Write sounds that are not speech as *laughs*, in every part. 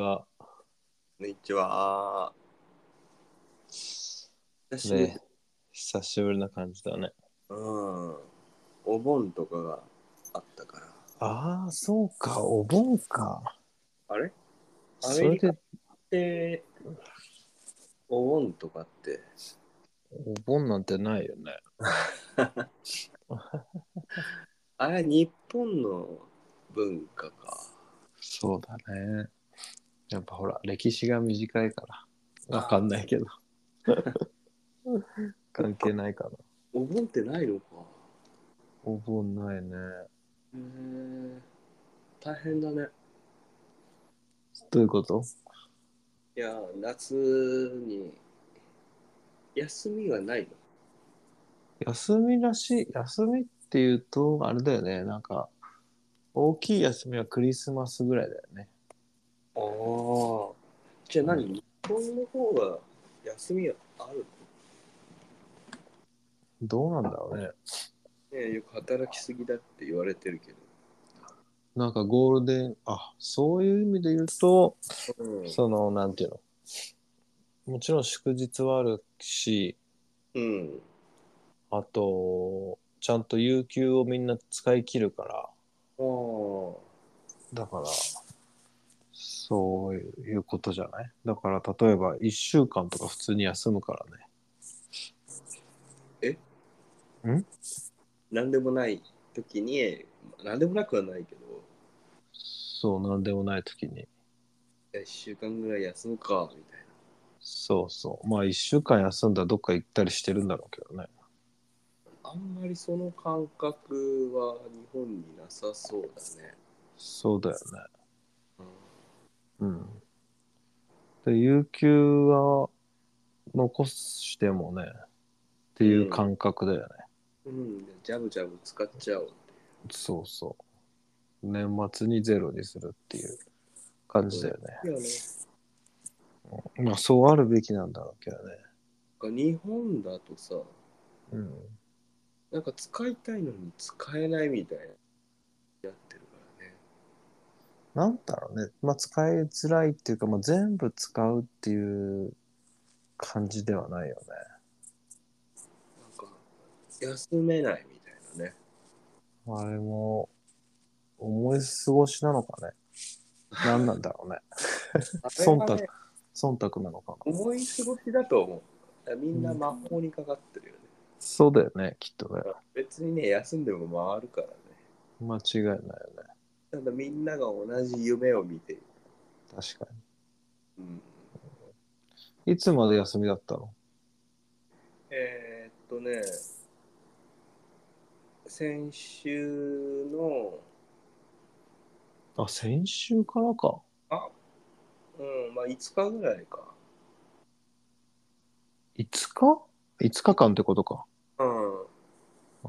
は、こんにちは。久しぶりね、久しぶりな感じだね。うん。お盆とかがあったから。ああ、そうか、お盆か。あれアそメれリカっで、て、お盆とかって、お盆なんてないよね。あれ日本の文化か。そうだね。やっぱほら、歴史が短いから。わかんないけ *laughs* ど。関係ないかな。お盆ってないのか。お盆ないね。へえ。大変だね。どういうこといや、夏に休みがないの。休みらしい、休みっていうと、あれだよね、なんか、大きい休みはクリスマスぐらいだよね。ああ。じゃあ何、日本の方が休みがあるどうなんだろうね。のねよく働きすぎだって言われてるけど。なんかゴールデン、あ、そういう意味で言うと、うんその、なんていうの。もちろん祝日はあるし、うん。あと、ちゃんと有給をみんな使い切るから、ああ。だから、そういうことじゃないだから、例えば1週間とか普通に休むからね。なんでもない時に、なんでもなくはないけど、そう、なんでもない時に。 1週間ぐらい休むか、みたいな。そうそう。まあ、1週間休んだらどっか行ったりしてるんだろうけどね。あんまりその感覚は日本になさそうだね。そうだよね。うんうん。で、有給は残してもね、っていう感覚だよね。うん、ジャブジャブ使っちゃおうって。そうそう。年末にゼロにするっていう感じだよね。いやね、まあ、そうあるべきなんだろうけどね。なんか日本だとさ、うん。なんか使いたいのに使えないみたいな、やってるからね。なんだろうね。まあ、使いづらいっていうか、まあ、全部使うっていう感じではないよね。なんか、休めないみたいな *laughs* ね。あれも、思い過ごしなのかね。何なんだろうね。忖あれは度ね、忖度なのかな。思い過ごしだと思う。みんな魔法にかかってるよね。そうだよね、きっとね。別にね、休んでも回るからね。間違いないよね。ただみんなが同じ夢を見てる。確かうん、に。いつまで休みだったのえー、っとね、先週の、あ、先週からか。うん、まあ5日ぐらいか。 5日 ?5 日間ってことか。うん、ああ、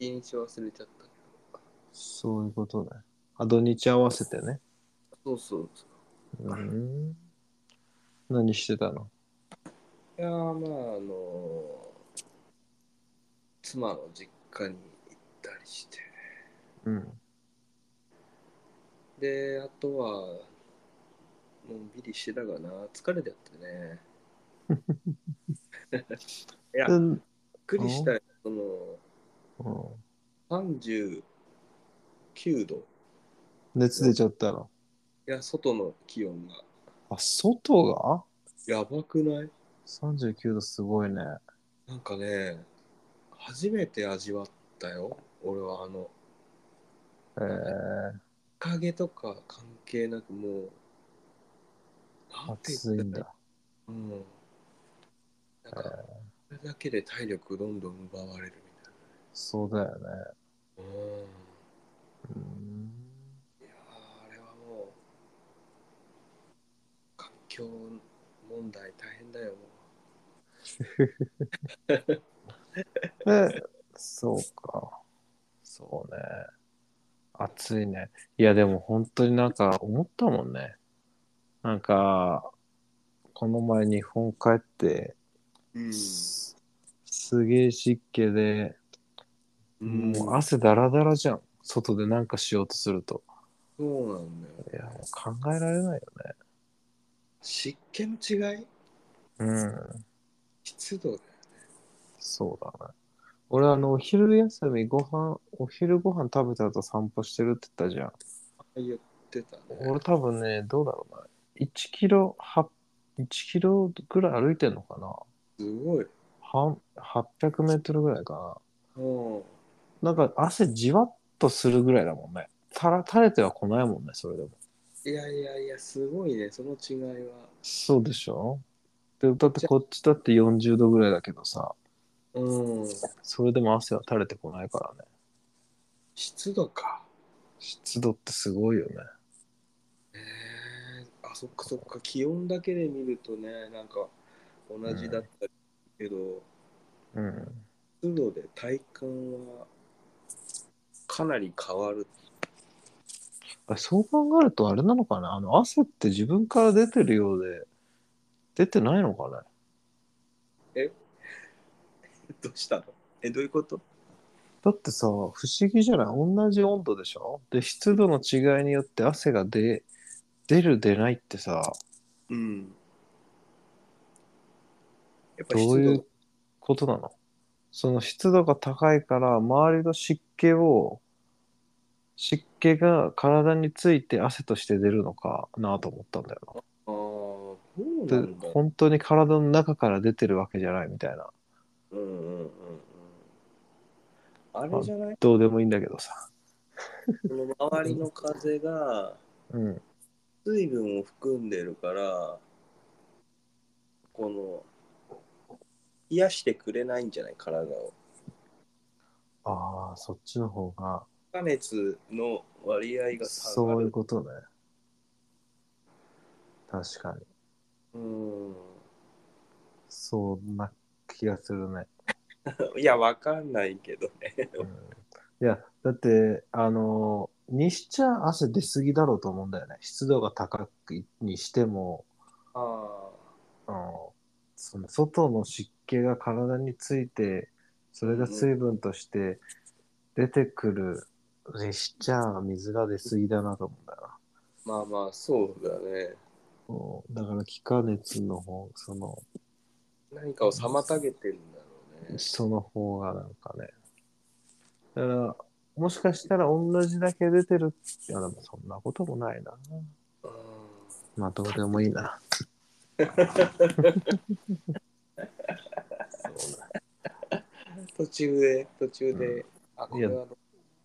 日にち忘れちゃったけど。そういうことね。あ、土日合わせてね。そうそうそううん。何してたのいやーまあ、あのー妻の実家に行ったりして。うん。で、あとは、のんびりしてたかな。疲れちゃってね。いやうん。びっくりしたよ。そのうん39度。い熱出ちゃったら。や、外の気温が。あ、外がやばくない ?39 度すごいね。なんかね、初めて味わったよ。俺はあの、え日陰とか関係なくもう、ー、なんて暑い言っんたらだ。うん。なんか、それだけで体力どんどん奪われるそうだよね。みたいな。うん。うん。いやーあれはもう、環境問題大変だよ、もう。で、そうか。そうね。暑いね。いや、でも本当になんか思ったもんね。なんか、この前日本帰って、うんすすげえ湿気で、うん、もう汗だらだらじゃん。外でなんかしようとすると。そうなんだよ。いや、もう考えられないよね。湿気の違いうん。湿度だよそうだね。俺、あの、お昼休み、ご飯、お昼ご飯食べた後散歩してるって言ったじゃん。言ってたね。俺多分ね、どうだろうな。1キロ、は1キロぐらい歩いてんのかなすごい。半 ?800 メートルぐらいかうん。な。なんか汗じわっとするぐらいだもんね。たら垂れてはこないもんね、それでも。いやいやいや、すごいね、その違いは。そうでしょでだってこっちだって40度ぐらいだけどさ、うん。それでも汗は垂れてこないからね。湿度か。湿度ってすごいよね。えー、あ、そっかそっか。気温だけで見るとね、なんか同じだったけど、うん。湿度で体感はかなり変わる。あそう考えるとあれなのかなあの汗って自分から出てるようで出てないのかねどうしたのえ、どういうことだってさ不思議じゃない同じ温度でしょで湿度の違いによって汗が出出る出ないってさうん。やっぱどう湿い度うことなのその湿度が高いから周りの湿気を湿気が体について汗として出るのかなと思ったんだよなああ、そうでなんだ。本当に体の中から出てるわけじゃないみたいなうんうんうんうん。あれじゃないどうでもいいんだけどさこの周りの風がうん水分を含んでるから、この、冷やしてくれないんじゃない体を。ああそっちの方が加熱の割合が下そがういうる。ことね確かにうん。そんな気がするね、いや、わかんないけどね。うんいやだってあのにしちゃ汗出すぎだろうと思うんだよね湿度が高くにしても、あうん、その外の湿気が体についてそれが水分として出てくるにしちゃ水が出すぎだなと思うんだよなあ、まあまあ、そうだね。うんだから気化熱の方その何かを妨げてるんだろうね。その方がなんかね。だから、もしかしたら同じだけ出てる。いや、でもそんなこともないな。うんまあ、どうでもいい *laughs* な。そうね途中で途中で、うあこれは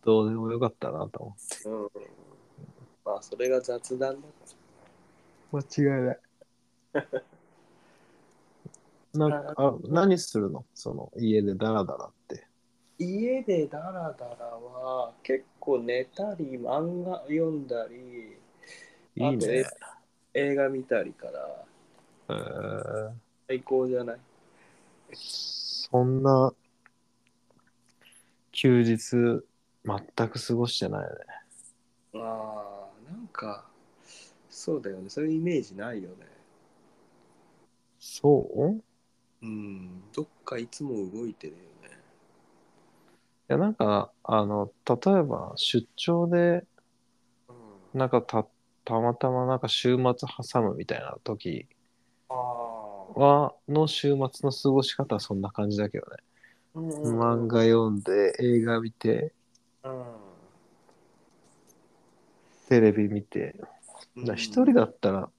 どうでもよかったなと思うんまあそれが雑談だかう。間違いない。なんかあ何するのその家でダラダラって。ら家でダラダラは結構寝たり漫画読んだりいいあとねえ。映画見たりからえー最高じゃないそんな休日全く過ごしてないね。あーなんかそうだよねそういうイメージないよねそううんどっかいつも動いてるよねいやなんかあの例えば出張でうんなんかたたまたまなんか週末挟むみたいな時ああはの週末の過ごし方はそんな感じだけどね、うんうん漫画読んで映画見てテレビ見てうんだから一人だったら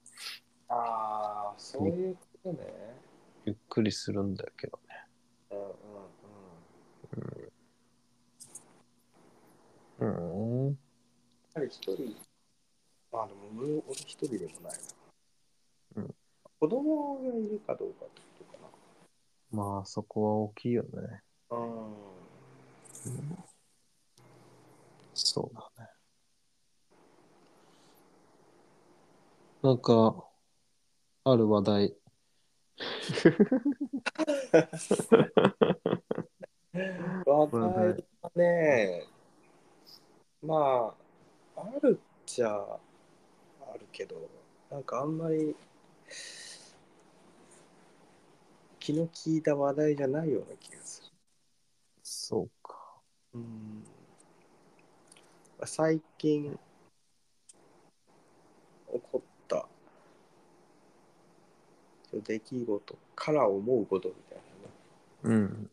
ああそういうことねゆっくりするんだけどうんうんうんねうんやっぱり一人、まあでも俺俺一人でもないな。うん子供がいるかどうかってことかまあそこは大きいよねな。うん。そうだねなんかある話題話題はね、まあ、あるっちゃあるけど、なんかあんまり気の利いた話題じゃないような気がする。そうかうん、最近起こった出来事から思うことみたいなねうん。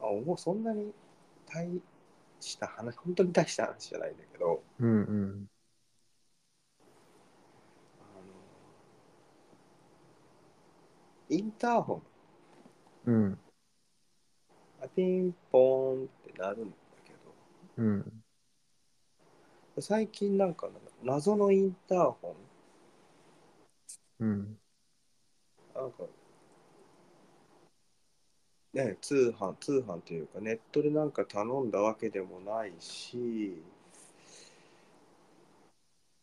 あ思うそんなに大した話本当に大した話じゃないんだけどうんうん。あのインターホンうん。あピンポーンってなるんだけどうん。最近なんか謎のインターホンうん。なんか、ね、通販、通販というか、ネットでなんか頼んだわけでもないし、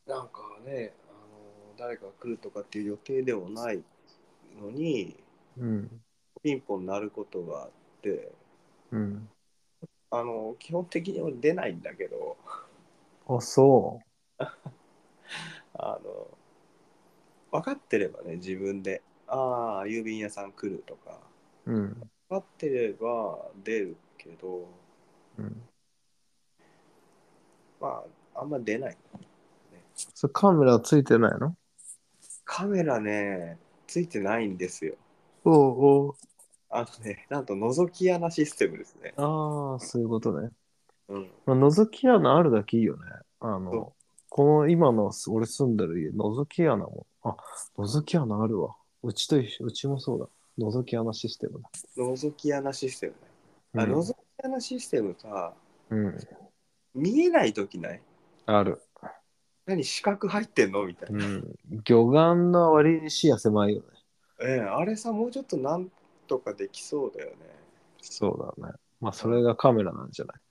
なんかね、あの誰かが来るとかっていう予定でもないのに、うん。ピンポン鳴ることがあって、うん。あの基本的には出ないんだけど、あ、そあの分かってればね、自分で、ああ、郵便屋さん来るとか、う。うん。分かってれば出るけど、うん。まあ、あんま出ない。それカメラついてないのカメラね、ついてないんですよ。おうあのね、なんと覗き穴システムですね。おう。ああ、そういうことね。うん。まあ、覗き穴あるだけいいよね。あその、この今のす俺住んでる家、覗き穴も、あ、覗き穴あるわ。うちと一緒、うちもそうだ。覗き穴システムだ。覗き穴システムね。あ、うん覗き穴システムさ、うん。見えないときないある。何、四角入ってんのみたいな。うん。魚眼の割に視野狭いよね。ええあれさ、もうちょっとなんとかできそうだよね。そうだね。まあ、それがカメラなんじゃない。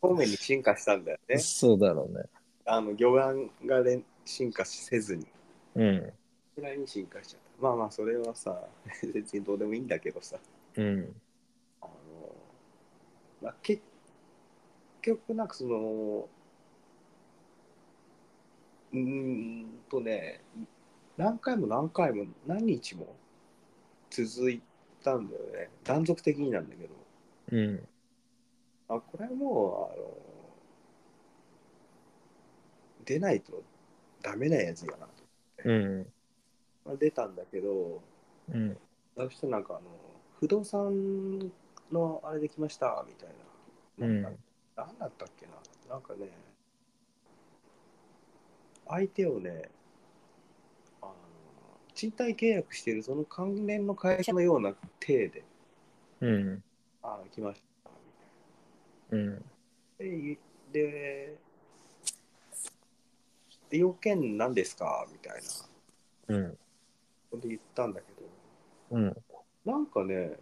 方面に進化したんだよね *laughs* そうだろうあの、魚眼がれん進化せずに。ね。ぐらいに進化しちゃった。まあまあ、それはさ、 *laughs* 別にどうでもいいんだけどさ。うん。うん。あのまあ、結局なんかそのうーんとね何回も何回も何日も続いたんだよね断続的になんだけどうん。あこれはもうあの出ないとダメなやつだなと、うん。まあ、出たんだけどうん。そしたらなんかあの不動産のあれできましたみたいな。うんなんか何だったっけな。なんかね、相手をね、あの賃貸契約しているその関連の会社のような体で、うん。あ来ましたみうん。たいな。で、でで要件何ですかみたいな。うん。ことで言ったんだけど、うん。なんかね、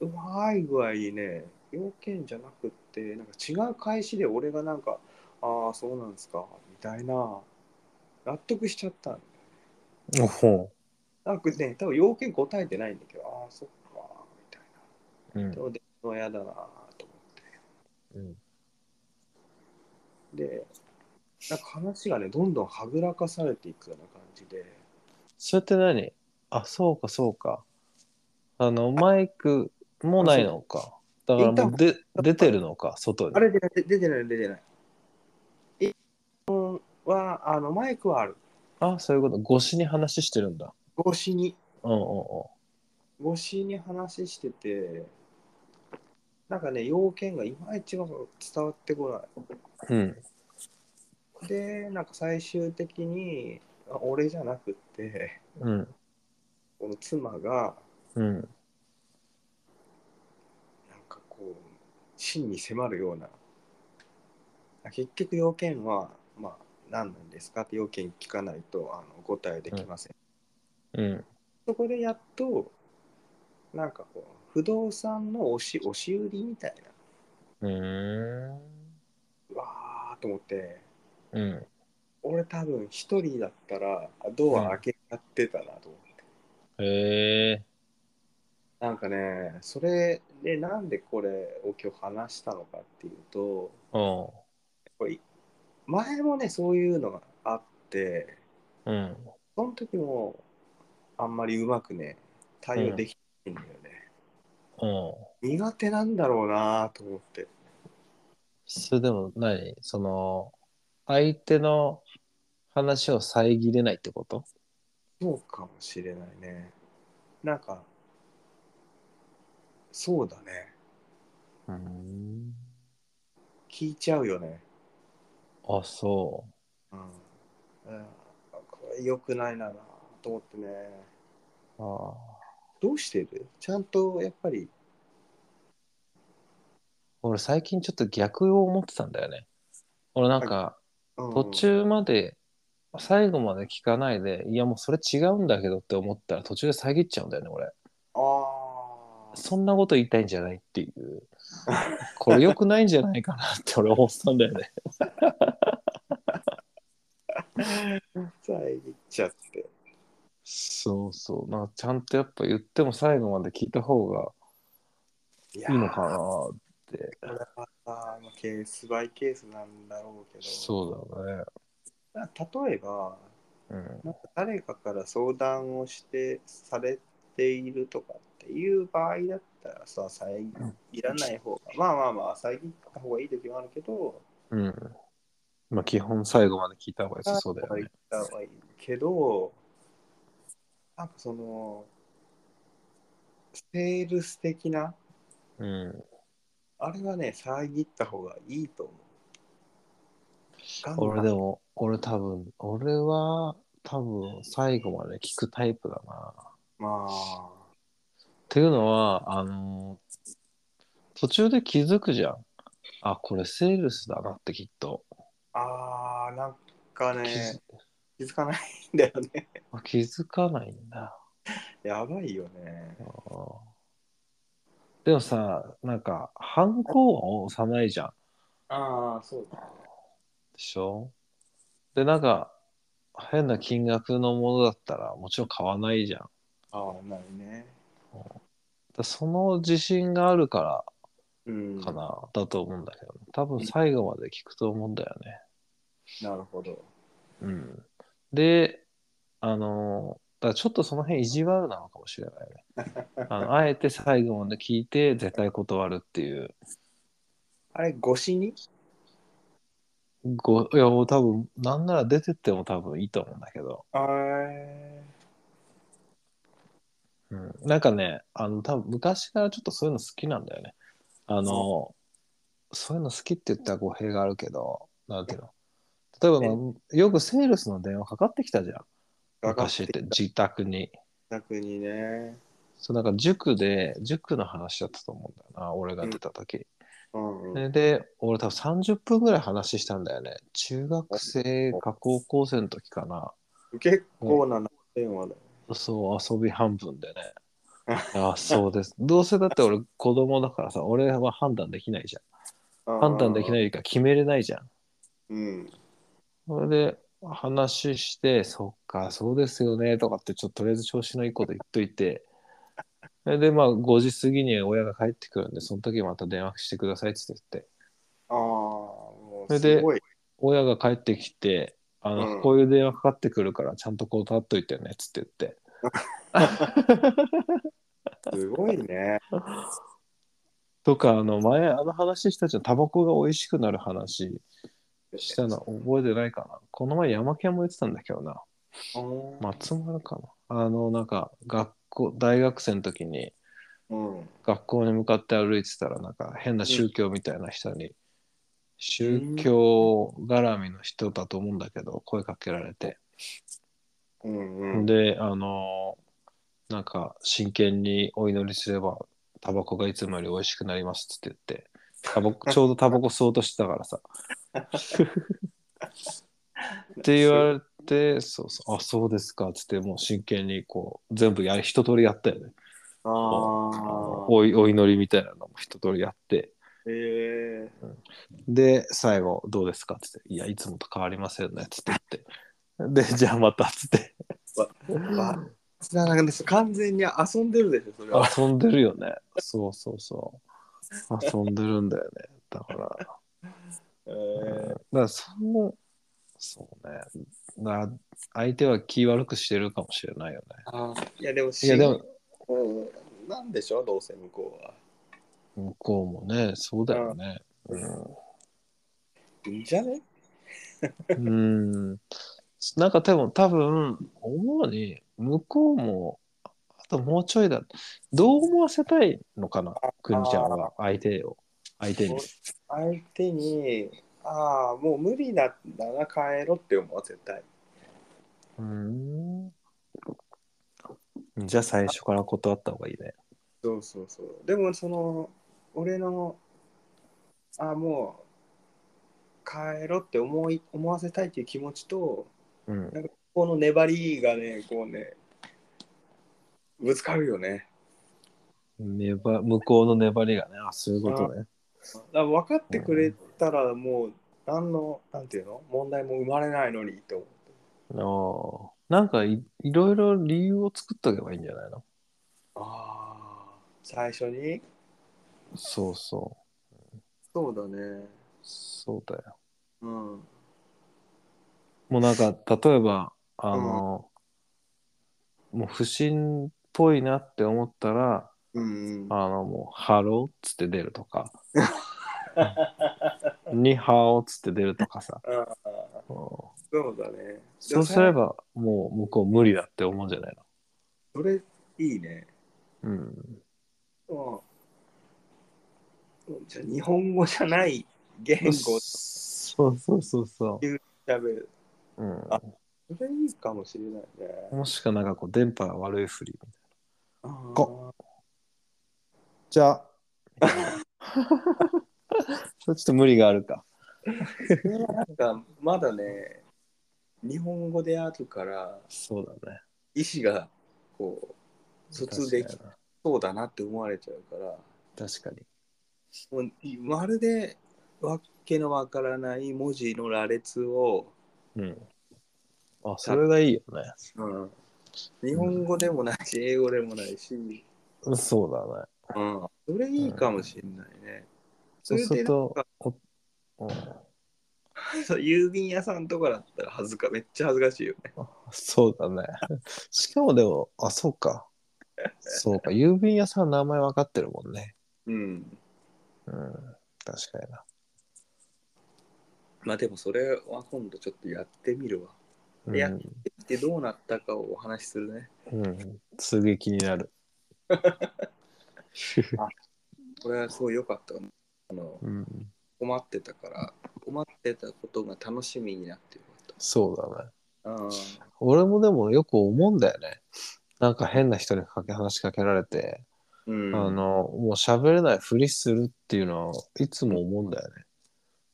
うまい具合にね、要件じゃなくって、なんか違う返しで俺がなんか、ああ、そうなんですか、みたいな、納得しちゃったんだよおほ。なんかね、多分要件答えてないんだけど、ああ、そっか、みたいううんな。で。も、でも嫌だなと思うん。って。で、なんか話がね、どんどんはぐらかされていくような感じで、それって何あ、そうか、そうか。あの、マイクもないのか。だからもうで出てるのか、外に。あれ出てない、出てない、出てない。え、は、あの、マイクはある。あ、そういうこと。越しに話してるんだ。越しに。うんうん越しに話してて、なんかね、要件がいまいちなんか伝わってこなうん。うん。い。で、なんか最終的に、あ俺じゃなくって、うん。この妻が、うん。なんかこう、真に迫るような、あ結局要件は、まあ、何なんですかって要件聞かないとあのお答えできません。うん。そこでやっと、なんかこう、不動産の押し押し売りみたいな、うーん。うわーと思って、うん。俺多分一人だったらドア開けちゃってたなと思って、へえ。なんかねそれでなんでこれを今日話したのかっていうとうん。これ前もねそういうのがあってうん。その時もあんまりうまくね対応できないんだよね、うん。苦手なんだろうなと思ってそれでも何その、相手の話を遮れないってことそうかもしれないね。なんか、そうだね。うん。聞いちゃうよね。あ、そうん。うんこれ良くないなと思ってね。う。ああ。どうしてるちゃんとやっぱり、俺最近ちょっと逆を思ってたんだよね。俺なんかうん途中まで、最後まで聞かないで、いやもうそれ違うんだけどって思ったら途中で遮っちゃうんだよね、俺。ああ。そんなこと言いたいんじゃないっていう。これ良くないんじゃないかなって俺思ってたんだよね。遮っちゃって。そうそう。まあちゃんとやっぱ言っても最後まで聞いた方がいいいのかなって。な。これはあのケースバイケースなんだろうけど。そうだね。な例えば、うん。なんか誰かから相談をしてされているとかっていう場合だったらさ、遮いらない方が、まあまあまあ、遮った方がいい時もあるけど、うん。まあ基本最後まで聞いた方が良さそうだよね。遮った方がいいけど、なんかその、セールス的な、うん。あれはね、遮った方がいいと思う。ガンガン俺でも、俺多分、俺は多分最後まで聞くタイプだな。まあ、っていうのは、あの途中で気づくじゃん。あ、これセールスだなってきっと。あー、なんか気ねづ、気づかないんだよね。 *laughs* あ気づかないんだ。やばいよね。あーでもさ、なんか、反抗は押さないじゃん。ああ、そうだ。でしょで、なんか、変な金額のものだったら、もちろん買わないじゃん。だかああ、ないね。らその自信があるかうん。らかな、だと思うんだけど、多分最後まで聞くと思うんだよね。なるほど。うん。で、あの、だからちょっとその辺意地悪なのかもしれないね。あのあえて最後まで聞いて、絶対断るっていう。あれ、越しにごいやもう多分なんなら出てっても多分いいと思うんだけど、あーうん、なんかねあの多分昔からちょっとそういうの好きなんだよねあのそういうの好きって言ったら語弊があるけどなんていうの例えば、まあ、よくセールスの電話かかってきたじゃん昔って自宅に逆にね。そうなんか塾で塾の話だったと思うんだよな俺が出た時、うんそうん。れで俺多分30分ぐらい話したんだよね中学生か高校生の時かな結構な電話だよ。。そう、遊び半分でね。あそうです。どうせだって俺子供だからさ、俺は判断できないじゃん。判断できないいよりか決めれないじゃん。うん。それで話して、そっか、そうですよね、とかって、ちょっととりあえず調子のいいこと言っといて、それで、まあ5時過ぎに親が帰ってくるんで、その時また電話してくださいって言って、ああ、もそうれすでごい。親が帰ってきて、あの、うんこういう電話かかってくるから、ちゃんと断っといてね、つっ *laughs* て言って。すごいね。とか、あの、前、あの話したじゃん、タバコが美味しくなる話。したの覚えてないかなこの前山県も言ってたんだけどなうん。松丸かなあのなんか学校大学生の時にうん。学校に向かって歩いてたらなんか変な宗教みたいな人に、宗教絡みの人だと思うんだけど声かけられて、うんうん。であのーなんか真剣にお祈りすればタバコがいつもより美味しくなりますって言ってタバ *laughs* コちょうどタバコ吸おうとしてたからさって言われて、そうそう、あ、そうですか、つって、もう真剣に、こう、全部や、一通りやったよね。ああ。おいお祈りみたいなのも一通りやって、ええ。で、最後、どうですか、つって、いや、いつもと変わりませんね、つって言って。で、じゃあまた、つって。あなんか完全に遊んでるでしょ、それは。遊んでるよね。 *laughs* そうそうそう。遊んでるんだよね。だから、えうんえ。だから、そう、そうね。な相手は気悪くしてるかもしれないよね。あーいや、でも、いや、でも、うんなんでしょ、どうせ向こうは。向こうもね、そうだよね。うんいいんじゃねうん、なんか多分、多分、思うに、向こうも、あともうちょいだ。どう思わせたいのかな、くんちゃんは、相手を、相手に。相手に、ああ、もう無理だったな、帰ろって思わせたい。うーん。じゃあ最初から断った方がいいね。そうそうそう。でも、その、俺の、ああ、もう、帰ろって思い思わせたいっていう気持ちと、うん。この粘りがね、こうね、ぶつかるよね。粘向こうの粘りがね、あ、そういうことね。だから分かってくれたら、もう、何の、なんていうの問題も生まれないのにと思って。ああ。なんかい、いろいろ理由を作っとけばいいんじゃないのああ、最初にそうそう。そうだね。そうだよ。うん。もうなんか、例えば、あの、もう不審っぽいなって思ったら、うん。あの、もう、ハローっつって出ると *laughs* か、にハオっつって出るとかさ。あーうんそうだね。そうすれば、もう向こう無理だって思うんじゃないそれ、いいね。のうん。うん。じゃあ日本語じゃない言語そうそうそうそ喋る。う。うん。あそれいいかもしれないね。もしかなんかこう、電波が悪いふり。あーこじゃあ。 *laughs* それちょっと無理があるか。それはなんかまだね、日本語であるから、そうだね。意思がこう、卒できそうだなって思われちゃうから、確かに。もうまるでわっけのわからない文字の羅列を、うん。あ、それがいいよね。うん、日本語でもないし、英語でもないし、そうだね。うん、それいいかもしれないね。そうするとそれで、おうん、そう郵便屋さんとかだったら恥ずかめっちゃ恥ずかしいよね。そうだね。 *laughs* しかもでも、あ、そう *laughs* か。そうか。郵便屋さんの名前わかってるもんね。うん。うん。確かにな。まあでもそれは今度ちょっとやってみるわ。いやでどうなったかをお話しするね。うん。うん。すげえ気に *laughs* なる。これはすごい良かったわねあのうん。困ってたから、困ってたことが楽しみになってよかっそうだね。た。うん。俺もでもよく思うんだよね。なんか変な人にかけ話しかけられて、うん、あの、もう喋れないふりするっていうのはいつも思うんだよね。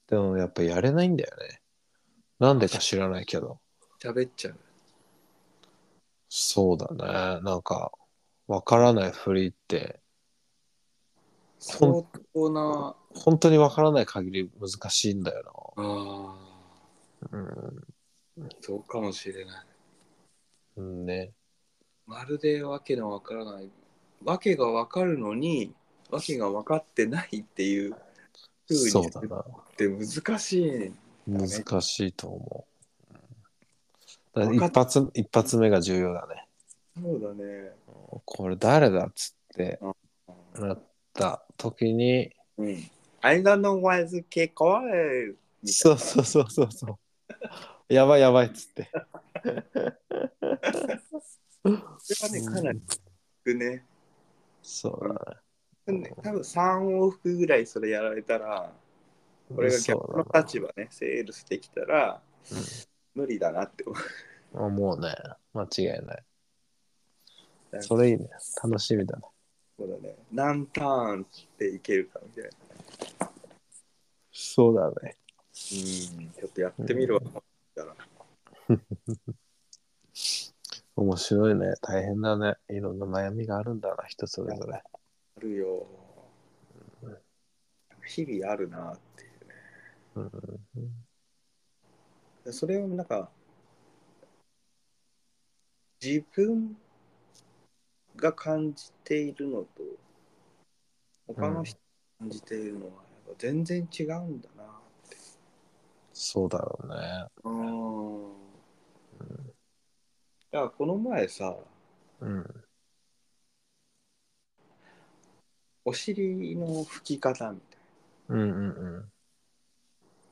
でもやっぱやれないんだよね。なんでか知らないけど。喋っちゃう。そうだね。なんか、わからないふりって、相当な。本当にわからない限り難しいんだよあな。あ、そうかもしれない。うん。ね。まるでわけのわからない。わけがわかるのに、わけが分かってないっていう風にそうだな。って難しい。難しいと思う。だからわかっ一発、一発目が重要だね。そうだね。これ誰だっつってうなった時に、うん。I don't know why the cake was. みたいそうそうそうそうそう。やばいやばいっつって。な。それはね、かなり、ね、そうだね。多分3往復ぐらいそれやられたら、これが逆の立場ね、セールスできたら、無理だなって思う。場。もうね、間違いない。それいいね。楽しみだね。そうだね。何ターンでいけるかみたいな。そうだうね。ん。ちょっとやってみるわ。面白いね。大変だね。いろんな悩みがあるんだな、人それぞれ。あるよ。日々あるなっていうねうん。で。それをなんか、自分が感じているのと、他の人が感じているのは、やっぱ全然違うんだなって。そうだろうね。うん。だからこの前さ、うん。お尻の拭き方みたいうんうんう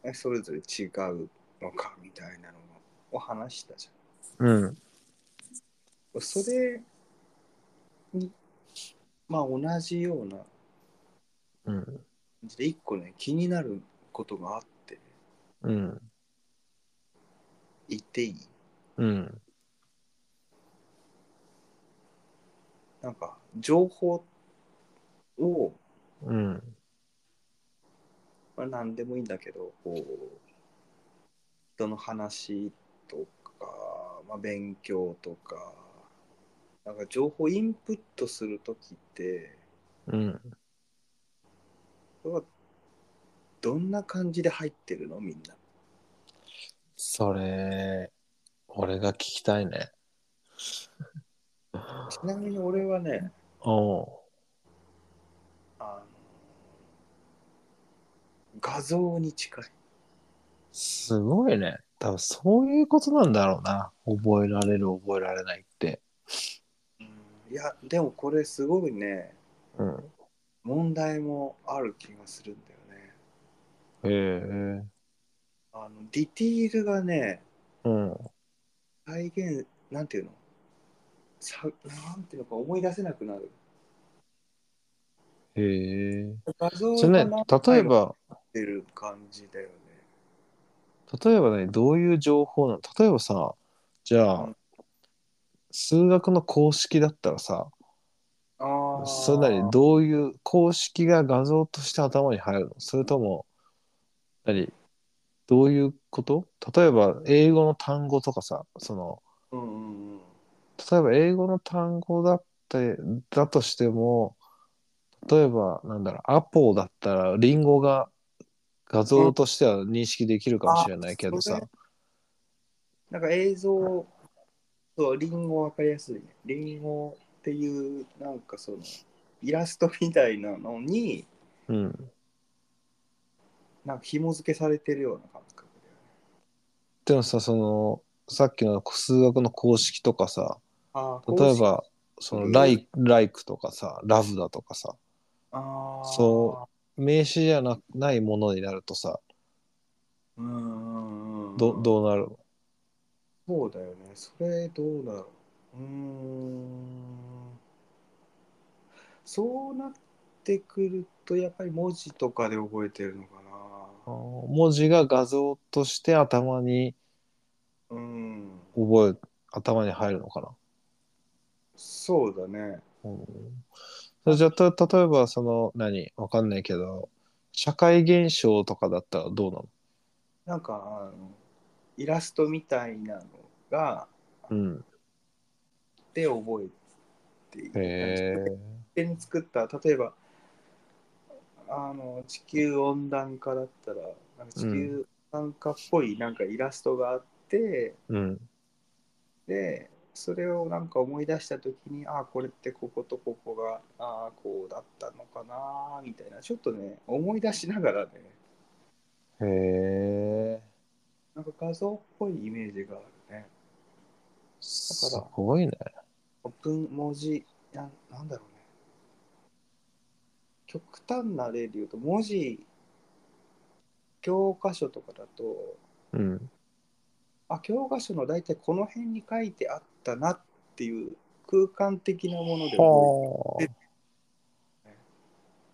ん。な、それぞれ違うのかみたいなのがを話したじうん。ゃん。それに、まあ同じようなうん。感じで、一個ね、気になることがあって、うん。言っていいうん。なんか、情報を、うん。まあ、何でもいいんだけど、こう、人の話とか、まあ、勉強とか、なんか情報インプットするときって、うん。それはどんな感じで入ってるのみんな。それ、俺が聞きたいね。ちなみに俺はね、おう。あの画像に近い。すごいね。多分そういうことなんだろうな。覚えられる、覚えられないって。いや、でもこれすごいね、うん。問題もある気がするんだよね。へえ。あのディティールがね、うん。再現、なんていうのさなんていうのか思い出せなくなる。へえ。画像じゃあね、例え入っば、てる感じだよね。例えばね、どういう情報なの例えばさ、じゃあ、うん数学の公式だったらさ、ああ。それなりにどういう公式が画像として頭に入るのそれとも、何どういうこと例えば、英語の単語とかさ、その、うんうんうん。例えば英語の単語だってだとしても例えばなんだろうアポだったらリンゴが画像としては認識できるかもしれないけどあさそなんか映像、そう、リンゴわかりやすいね。リンゴっていう、なんかその、イラストみたいなのに、うんなんか紐付けされてるような感覚だよね。でもさそのさっきの数学の公式とかさあー例え、ばその like「like」とかさ「love」だとかさああ、そ名詞じゃなないものになるとさう。うんうんうん。どどうなるのそうだよね。それどうだろう。うーん。そうなってくると、やっぱり文字とかで覚えてるのかあな。ー文字が画像として頭にうん。覚え頭に入るのかなそうだね。うんそれじゃあた例えばその何わかんないけど社会現象とかだったらどうなんかあのイラストみたいなのがなのうんで覚えているへ勝手に作った例えばあの地球温暖化だったらなんか地球温暖化っぽいなんかイラストがあって、えうんでそれをなんか思い出した時にああこれってこことここがああこうだったのかなみたいなちょっとね思い出しながらねへえなんか画像っぽいイメージがあるね。すごいね文文字なんなんだろうね極端な例で言うと文字教科書とかだとうんあ教科書の大体この辺に書いてあったなっていう空間的なもので覚はあえ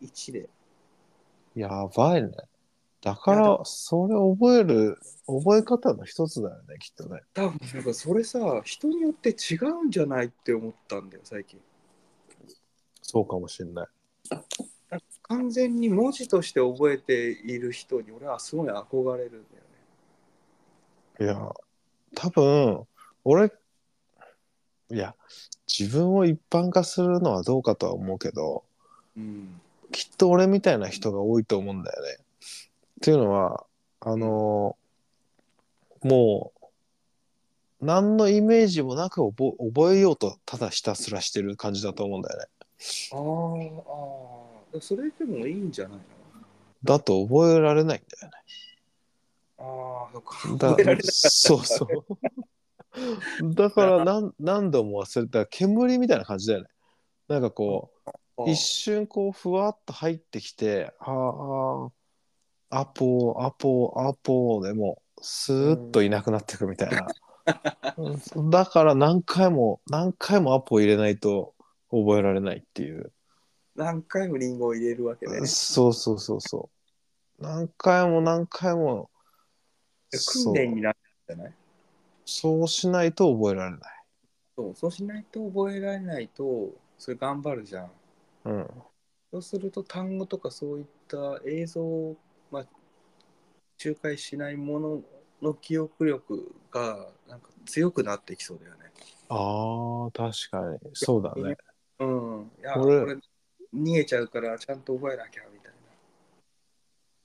1でやばいねだからそれ覚える覚え方の一つだよねきっとね多分なんかそれさ人によって違うんじゃないって思ったんだよ最近そうかもしれないなんか完全に文字として覚えている人に俺はすごい憧れるんだよねいや多分俺いや自分を一般化するのはどうかとは思うけど、うんきっと俺みたいな人が多いと思うんだよね。っていうのはあのーもう何のイメージもなく覚覚えようとただひたすらしてる感じだと思うんだよね。あーあーそれでもいいんじゃないのだと覚えられないんだよね。ああ、そっか。だ覚えられなかった。そうそう。だから何何度も忘れた煙みたいな感じだよね。なんかこう一瞬こうふわっと入ってきてあーあーアポーアポーアポーでもうスーッといなくなっていくみたいな、うん *laughs* だから何回も何回もアポ入れないと覚えられないっていう、何回もリンゴを入れるわけで、ね、そうそうそうそう何回も何回も訓練になるんじゃないそうそうしないと覚えられない、そうそうしないと覚えられないとそれ頑張るじゃんうん、そうすると単語とかそういった映像を、まあ、仲介しないものの記憶力がなんか強くなってきそうだよね。ああ確かにそうだねうん。いや、これ俺逃げちゃうからちゃんと覚えなきゃみたい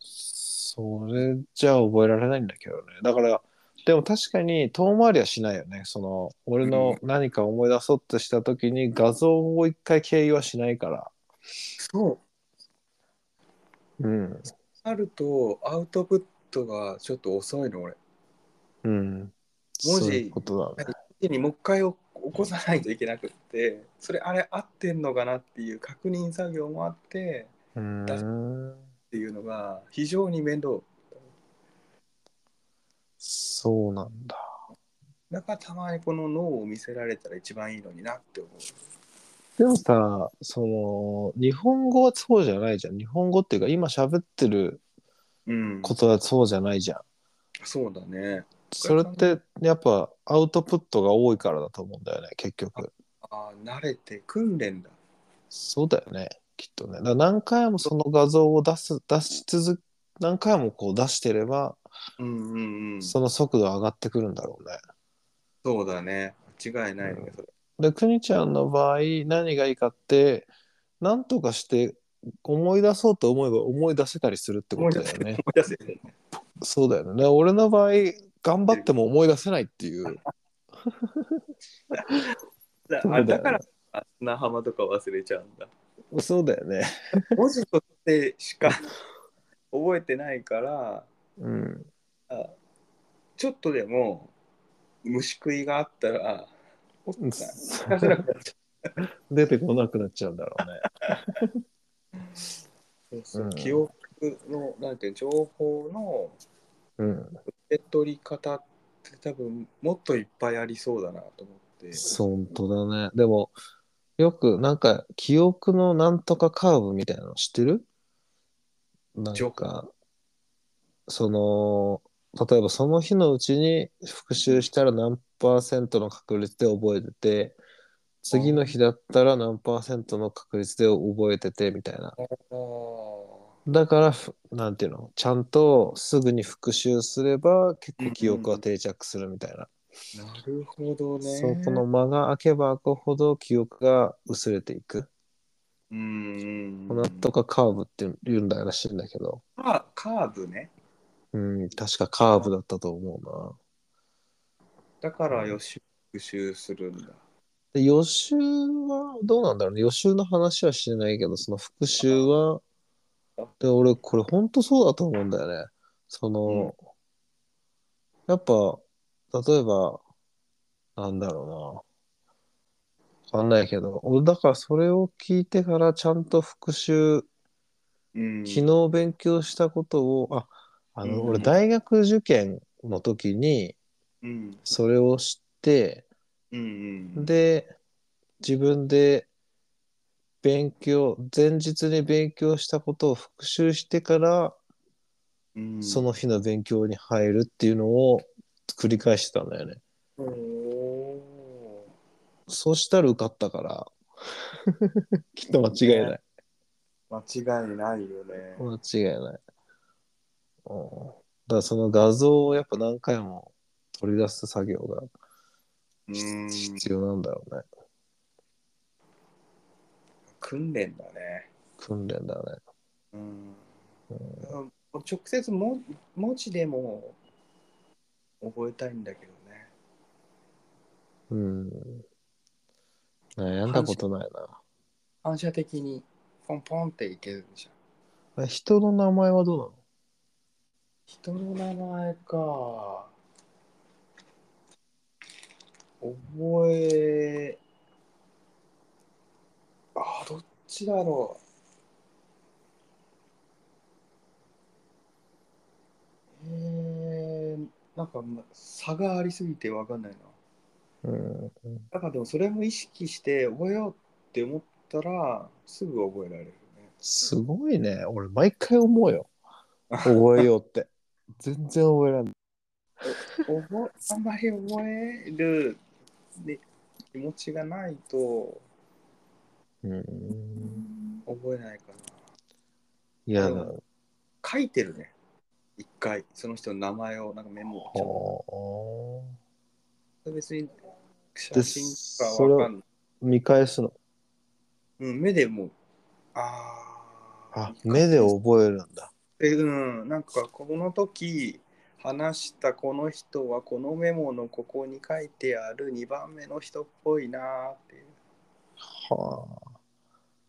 それじゃ覚えられないんだけどね。だから、でも確かに遠回りはしないよね。その、俺の何か思い出そうとした時に画像を一回経由はしないから。な。そう。うん。あるとアウトプットがちょっと遅いの俺。うん。文字そういうことだね。手にもう一回起こさないといけなくって、それあれ合ってんのかなっていう確認作業もあってうーん。っていうのが非常に面倒。そうなんだ。だからたまにこの脳を見せられたら一番いいのになって思う。でもさ、その、日本語はそうじゃないじゃん。日本語っていうか、今喋ってるうん、ことはそうじゃないじゃん。そうだね。それって、やっぱアウトプットが多いからだと思うんだよね、結局。あー慣れて訓練だ。そうだよね、きっとね。だから何回もその画像を出す、出し続け、何回もこう出してれば、うんうんうん。その速度上がってくるんだろうね。そうだね。間違いないねうん。それで、くにちゃんの場合、何がいいかって、何とかして思い出そうと思えば思い出せたりするってことだよね。思い出せ *laughs* る。そうだよね。で俺の場合、頑張っても思い出せないっていう。だそうだあよねだからあ砂浜とか忘れちゃうんだ。そうだよね。文字としてし *laughs* か覚えてないから、うん。あちょっとでも虫食いがあったら、おっと出せなくなっちゃ *laughs* 出てこなくなっちゃうんだろうね。う。そううん記憶の、なんていうの情報のうん。受け取り方って多分もっといっぱいありそうだなと思って。そう本当だね。でも、よくなんか、記憶のなんとかカーブみたいなの知ってるなジョんか、その、例えばその日のうちに復習したら何パーセントの確率で覚えてて、次の日だったら何パーセントの確率で覚えててみたいな。あーだからふ、なんていうの、ちゃんとすぐに復習すれば結構記憶は定着するみたいな。なるほどね。そうこの間が空けば空くほど記憶が薄れていく。うんこのなんとかカーブって言うんだらしいんだけど、カカーブね。うん、確かカーブだったと思うだから予習復習するんだ。な。で予習はどうなんだろうね。予習の話はしてないけど、その復習はあ、で俺これほんとそうだと思うんだよね。その、やっぱ、例えば、なんだろうな。わかんないけど、俺だからそれを聞いてからちゃんと復習うん昨日勉強したことをああの、うん俺大学受験の時にうんそれを知ってうんうん。で自分で勉強前日に勉強したことを復習してからうんその日の勉強に入るっていうのを繰り返してたんだよね。おーそうしたら受かったから *laughs* きっと間違いない。間違いないよね。間違いない。うん、だからその画像をやっぱ何回も取り出す作業がうん必要なんだろうね。訓練だね。訓練だね。うん。直接も文字でも覚えたいんだけどね。うん。悩んだことない反射的にポンポンっていけるじゃん。な。人の名前はどうなの人の名前か覚えあどっちだろうえー、なんかま差がありすぎて分かんないな。うん。だからでもそれも意識して覚えようって思ったらすぐ覚えられるね。すごいね。俺、毎回思うよ。覚えよう *laughs* って。全然覚えらんない。覚えあんまり覚えるで気持ちがないとうん。覚えないかな。いやだ。書いてるね。一回その人の名前をなんかメモをほちょっと別に写真かそれを分かんない。う見返すの。うん、目でもうあああ、目で覚えるんだ。えうん、なんかこの時話したこの人はこのメモのここに書いてある2番目の人っぽいなーっていはあ。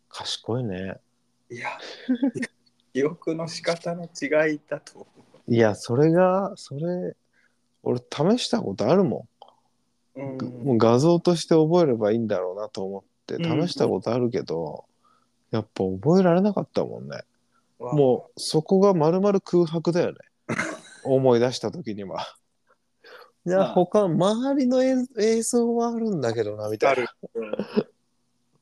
賢いね。う。い *laughs* や、記憶の仕方の違いだと思いや、それが、それ、俺試したことあるもう。ん。うもう画像として覚えればいいんだろうなと思ってうん試したことあるけど、やっぱ覚えられなかったもんね。ん、わもうそこが丸々空 *laughs* 白だよね。思い出した時には。いや、まあ他、周りの映映像はあるんだけどな、みたあいなる。。うん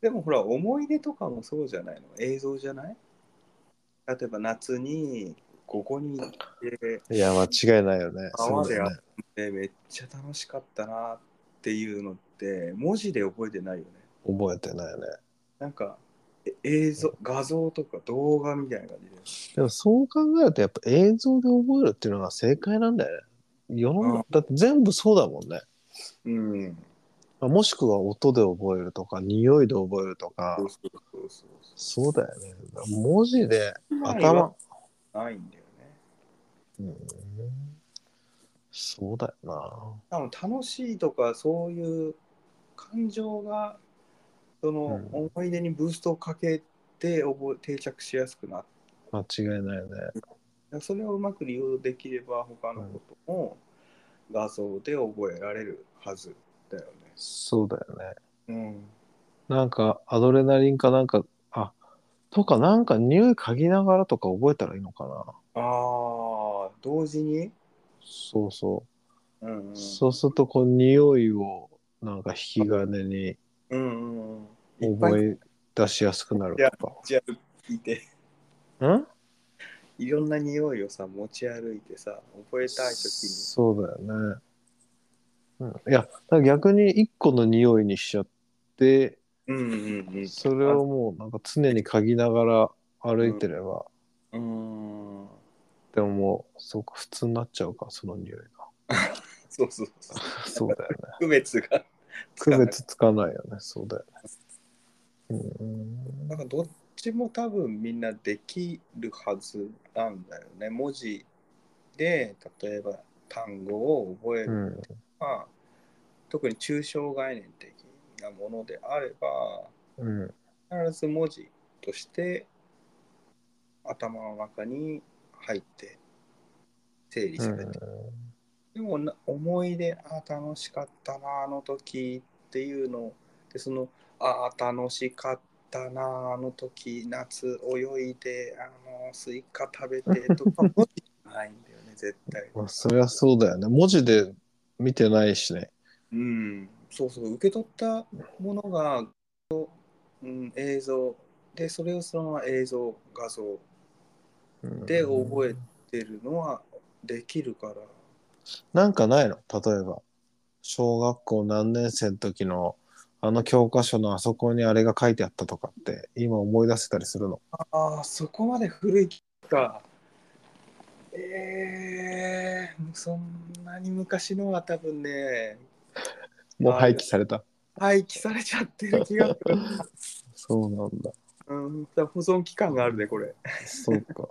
でもほら、思い出とかもそうじゃないの映像じゃない例えば夏にここに行って、いや、間違いないよね。泡でそうだよねでめっちゃ楽しかったなーっていうのって文字で覚えてないよね。覚えてないよね。なんかえ映像、画像とか動画みたいな感じです。でもそう考えると、やっぱ映像で覚えるっていうのが正解なんだよね。世のうん中、だって全部そうだもんね。うん。まあもしくは音で覚えるとか、匂いで覚えるとかそ、うそうそうそうそうだよね。文字でそう。頭。ないんだよね。うん、そうだよ多分楽しいとかそういう感情がそのうん思い出にブーストをかけて覚え定着しやすくなってな。間違いないよね。だからそれをうまく利用できれば他のことも画像で覚えられるはずだよね。そうだよね。うん。なんかアドレナリンかなんか、あ、とかなんか匂い嗅ぎながらとか覚えたらいいのかな。ああ、同時に、そうそうんうん、う。そうするとこう匂いをなんか引き金にうんうんうん。いっぱい覚え出しやすくなるとか。持ち歩いて、うんいろんな匂いをさ、持ち歩いてさ、覚えたいときに。そうだよね。うん、いや、だから逆に一個の匂いにしちゃって、うんうんうん。それをもうなんか常に嗅ぎながら歩いてれば、うーん。でももうすごく普通になっちゃうか、その匂いそうそう *laughs* そう。が。そうだよね。区別が。区別つかないよね、そうだよね。なんかどっちも多分みんなできるはずなんだよね。文字で、例えば単語を覚えうるん。うん、とか、特に抽象概念的なものであれば、うん、必ず文字として頭の中に入って整理うされて、ん。でもな思い出あー楽しかったなあの時っていうのでそのあー楽しかったなあの時夏泳いであのスイカ食べてとか文字じゃないんだよね絶対まあ、そりゃそうだよね。文字で見てないしね。うんそうそう受け取ったものが、うん、映像でそれをそのまま映像画像うんで覚えてるのはできるから。なんかないの例えば、小学校何年生の時の、あの教科書のあそこにあれが書いてあったとかって、今思い出せたりするの。ああ、そこまで古いか。えー、そんなに昔のは多分ね、もう廃棄された。廃棄されちゃってる気がする。そうなんだ。うん、保存期間があるね、これ。そうか。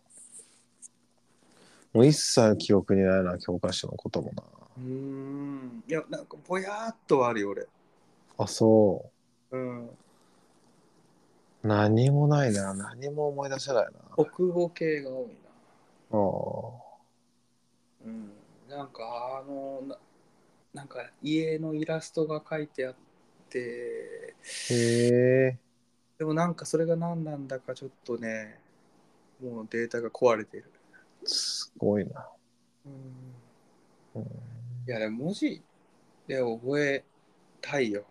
もう一切記憶にないな、教科書のこともな。うーん、いや、なんかぼやーっとはあるよ、俺。あ、そうう。ん、何もないな。何も思い出せないな。あ北欧系が多いな。あ。うん、なんかあのななんか家のイラストが書いてあってへえ。でもなんかそれが何なんだかちょっとね、もうデータが壊れてる。すごいな。うんういやでも文字で覚えたいよ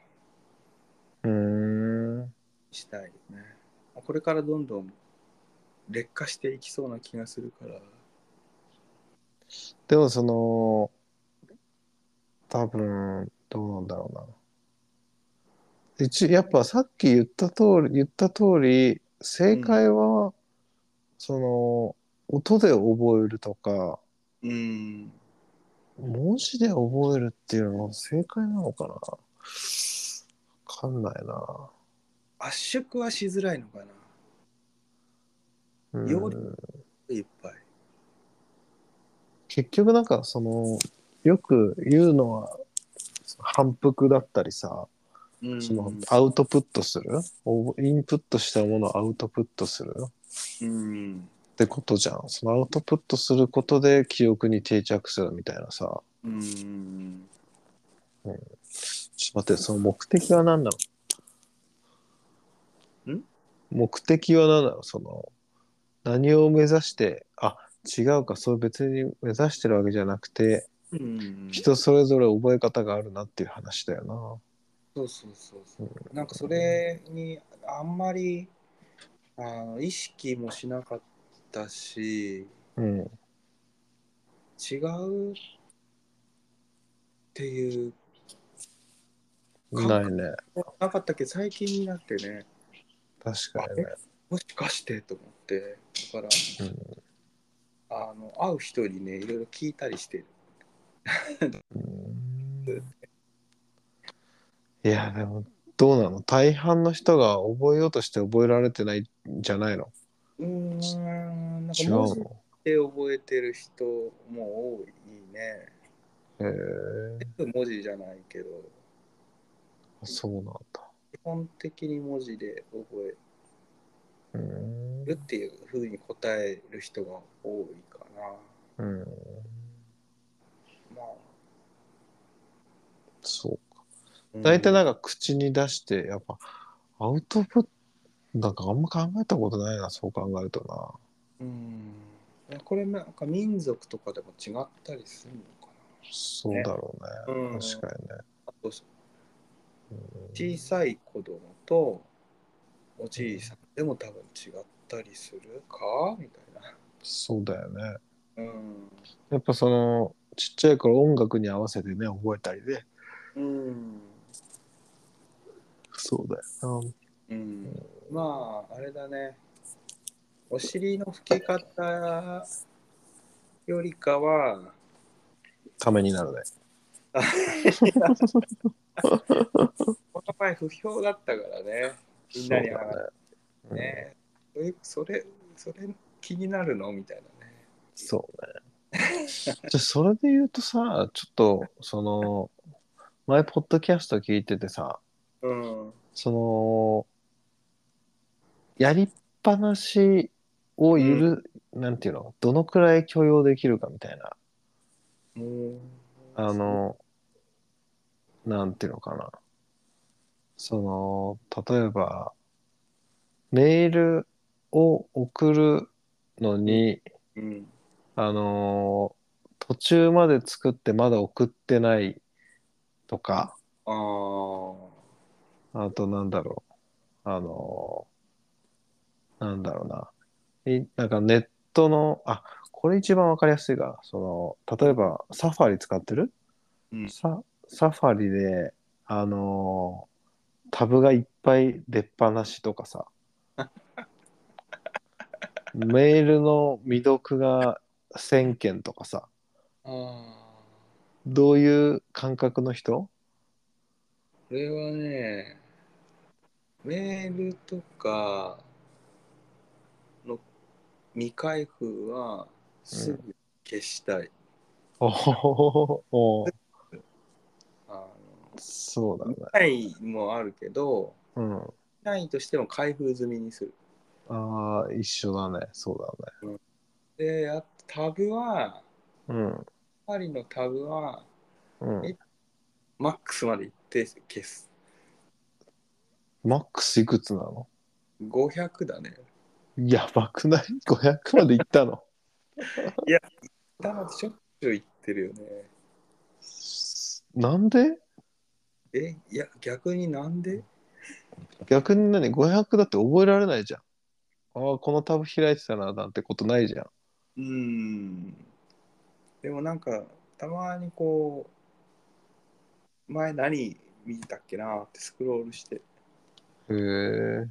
うん。うしたいねこれからどんどん劣化していきそうな気がするからーんでもその、多分、どうなんだろうな。一やっぱさっき言った通り、言った通り、正解は、その、音で覚えるとか、うん文字で覚えるっていうのが正解なのかなわかんないな。圧縮はしづらいのかなうんよりいっぱい結局なんかそのよく言うのはその反復だったりさ、うんそのアウトプットするおインプットしたものをアウトプットするっうんてことじゃんそのアウトプットすることで記憶に定着するみたいなさうんちょっと待ってその目的は何なのん目的は何なのその何を目指してあ違うかそう別に目指してるわけじゃなくてうん人それぞれ覚え方があるなっていう話だよそうそうそうそう。なんかそれにあんまりあの意識もしなかったし、な。うん。違うっていう、ないね。なかったっけ最近になってね、確かにね。もしかしてと思って、だから、うんあの会う人にね、いろいろ聞いたりしてる。うんいや、でも、どうなの大半の人が覚えようとして覚えられてないんじゃないのうーん、なんか違う文字での覚えてる人も多いね。へえ文字じゃないけど、そうなんだ。基本的に文字で覚えうんるっていうふうに答える人が多いかな。うん。まあ、そうか。うん大体なんか口に出して、やっぱ、アウトプット、なんかあんま考えたことないな、そう考えるとな。うん、いやこれなんか民族とかでも違ったりするのかそうだろうね。うん確かにね。な。あとうん小さい子供とおじいさんでも多分違ったりするかみたいな。そうだよね。うん。やっぱそのちっちゃい頃音楽に合わせてね覚えたりでうん。そうだようん、まあ、あれだね。お尻の拭き方よりかは、ためになるねこの前不評だったからね。みんなにそうだね、ね,、それそれそれ気になるのみたいなねうん、そうねじゃあそれで言うとさちょっとその前ポッドキャスト聞いててさうんそのやりっぱなしをゆる、なんていうのどのくらい許容できるかみたいなもうあの、なんていうのかな。その、例えば、メールを送るのに、うんあの、途中まで作ってまだ送ってないとか、あーあとなんだろう、あの、なんだろうな。いなんかネットの、あ、これ一番わかりやすいが、その、例えばサファリ使ってるうんササファリで、あのータブがいっぱい出っ放しとかさ *laughs* メールの未読が1000件とかさあーどういう感覚 *laughs* の人これはねメールとかの未開封はすぐ消したい、おーおーあのそうだね見たいもあるけどうん見ないとしても開封済みにするああ一緒だねそうであとタブはだねパリのタブはうんうえんマックスまで行って消すマックスいくつなの500だねやばくない500までいったのだからしょっちゅう行ってるよね。なんでえ、いや、逆になんで逆に何 ?500 だって覚えられないじゃん。ああ、このタブ開いてたな、なんてことないじゃん。うーん。でもなんか、たまにこう、前何見てたっけなってスクロールして、へえ。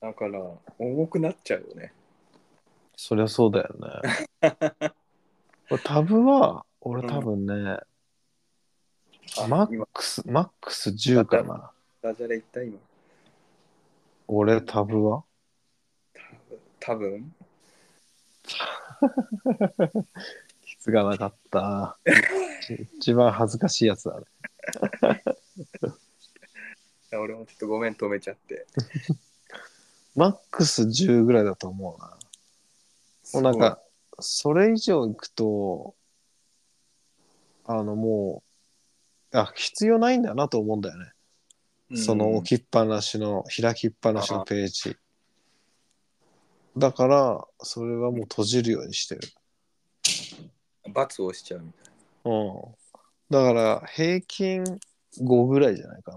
だから、重くなっちゃうよね。そりゃそうだよね。 *laughs* 俺タブは、俺多分ね、あマ今ックス、マックス10かな。ダジャレ言った今。俺タブは多分きつがなかった。 *laughs* 一番恥ずかしいやつだね。いや俺もちょっとごめん、止めちゃって。マックス10ぐらいだと思うな。もうなんか、それ以上いくと、あのもう、あ、必要ないんだなと思うんだよね。うん、その置きっぱなしの、開きっぱなしのページ。だから、それはもう閉じるようにしてる。罰をしちゃうみたいうん。だから、平均5ぐらいじゃないか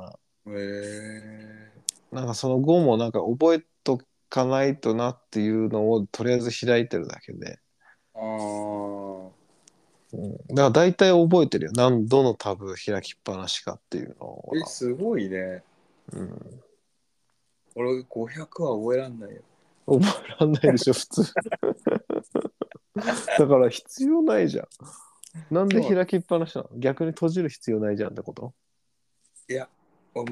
な。な。へえなんかその5もなんか覚えとかないとなっていうのをとりあえず開いてるだけで。ー。ああ。うん、だから大体覚えてるよ。何どのタブ開きっぱなしかっていうのを。え、すごいね。うん、俺500は覚えらんないよ。覚えらんないでしょ、普通。だから必要ないじゃん。なんで開きっぱなしなの逆に閉じる必要ないじゃんってこと俺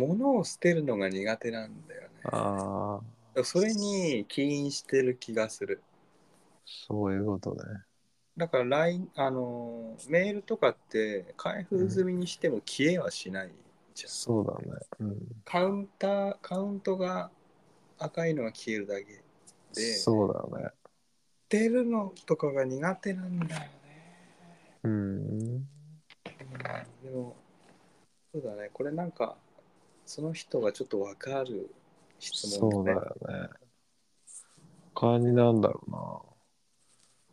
物を捨てるのが苦手なんだよね。ああ、でもそれに起因してる気がする。そういうことね。だから LINE、あのーメールとかって開封済みにしても消えはしないじゃん。そうだね。うん、カウンター、カウントが赤いのが消えるだけで、捨そうだね。てるのとかが苦手なんだよね。うん。うんでも、そうだね、これなんか、その人がちょっとわかる質そ問うだだね。よね。感じなんだろうな。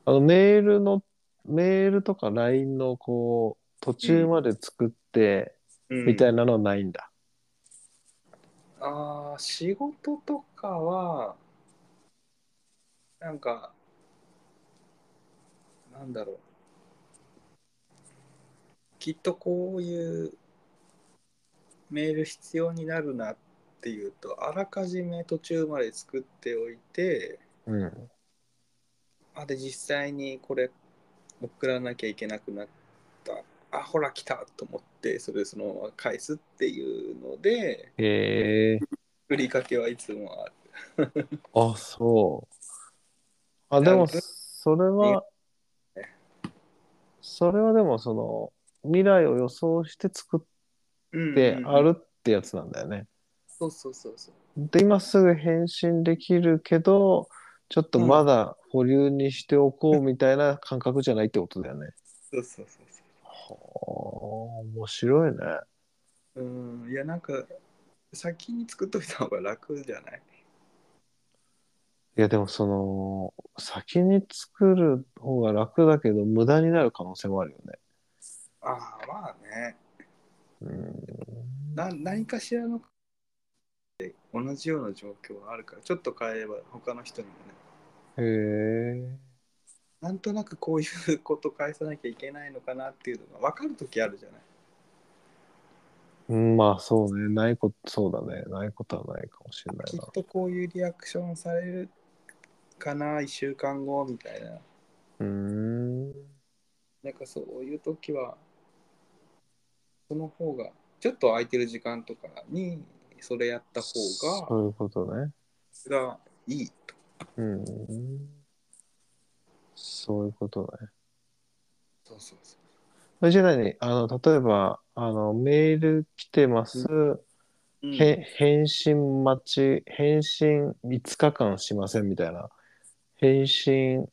あのメールの、メールとか LINE のこう、途中まで作ってうんみたいなのはないんだ。ああ、仕事とかは、なんか、なんだろう。きっとこういうメール必要になるなっていうと、あらかじめ途中まで作っておいて、うん。あで、実際にこれ送らなきゃいけなくなった。あ、ほら、来たと思って、それでそのまま返すっていうので、へえふりかけはいつもある。あ、そう。あ、でも、それは、それはでも、その、未来を予想して作ってあるってやつなんだよね。そうそうそうそうで、今すぐ返信できるけど、ちょっとまだ保留にしておこうみたいな感覚じゃないってことだよ *laughs* ね。そうそうそうはあ、面白いね。そううんいやなんか先に作っといた方が楽じゃないいや、でもその、先に作る方が楽だけど、無駄になる可能性もあるよね。ああまあねうん。な何かしらの同じような状況はあるからちょっと変えれば他の人にもねへえ。なんとなくこういうこと返さなきゃいけないのかなっていうのが分かる時あるじゃないうんまあそうね。ないこと、そうだね。ないことはないかもしれなきいっな。とこういうリアクションされるかな1週間後みたいなうーん。なんかそういう時は、その方が、ちょっと空いてる時間とかに、それやった方そういうことね。が、がいいと。うん。そういうことそうそうそう。ね。じゃあ何あの、例えば、あの、メール来てます。へ返信待ち、返信5日間しませんみたいな。返信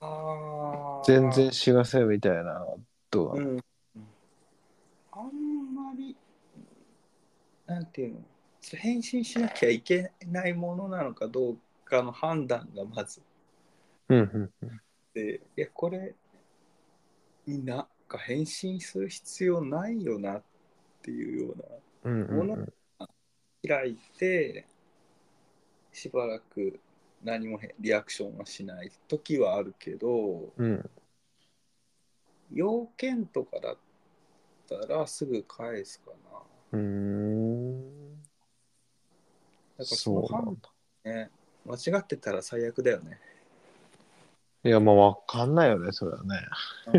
あー全然。しませんみたいな。どううなのん。あんまり、なんていうの、返信しなきゃいけないものなのかどうかの判断がまずうん、うん、で、いや、これ、いいな。か返信する必要ないよなっていうようなうんうんも開いてしばらく何もへリアクションはしない時はあるけどうんうん要件とかだったらすぐ返すかなうーんだからそのそうなんだ判断ね間違ってたら最悪だよね、いやまあわかんないよねそれはね *laughs* い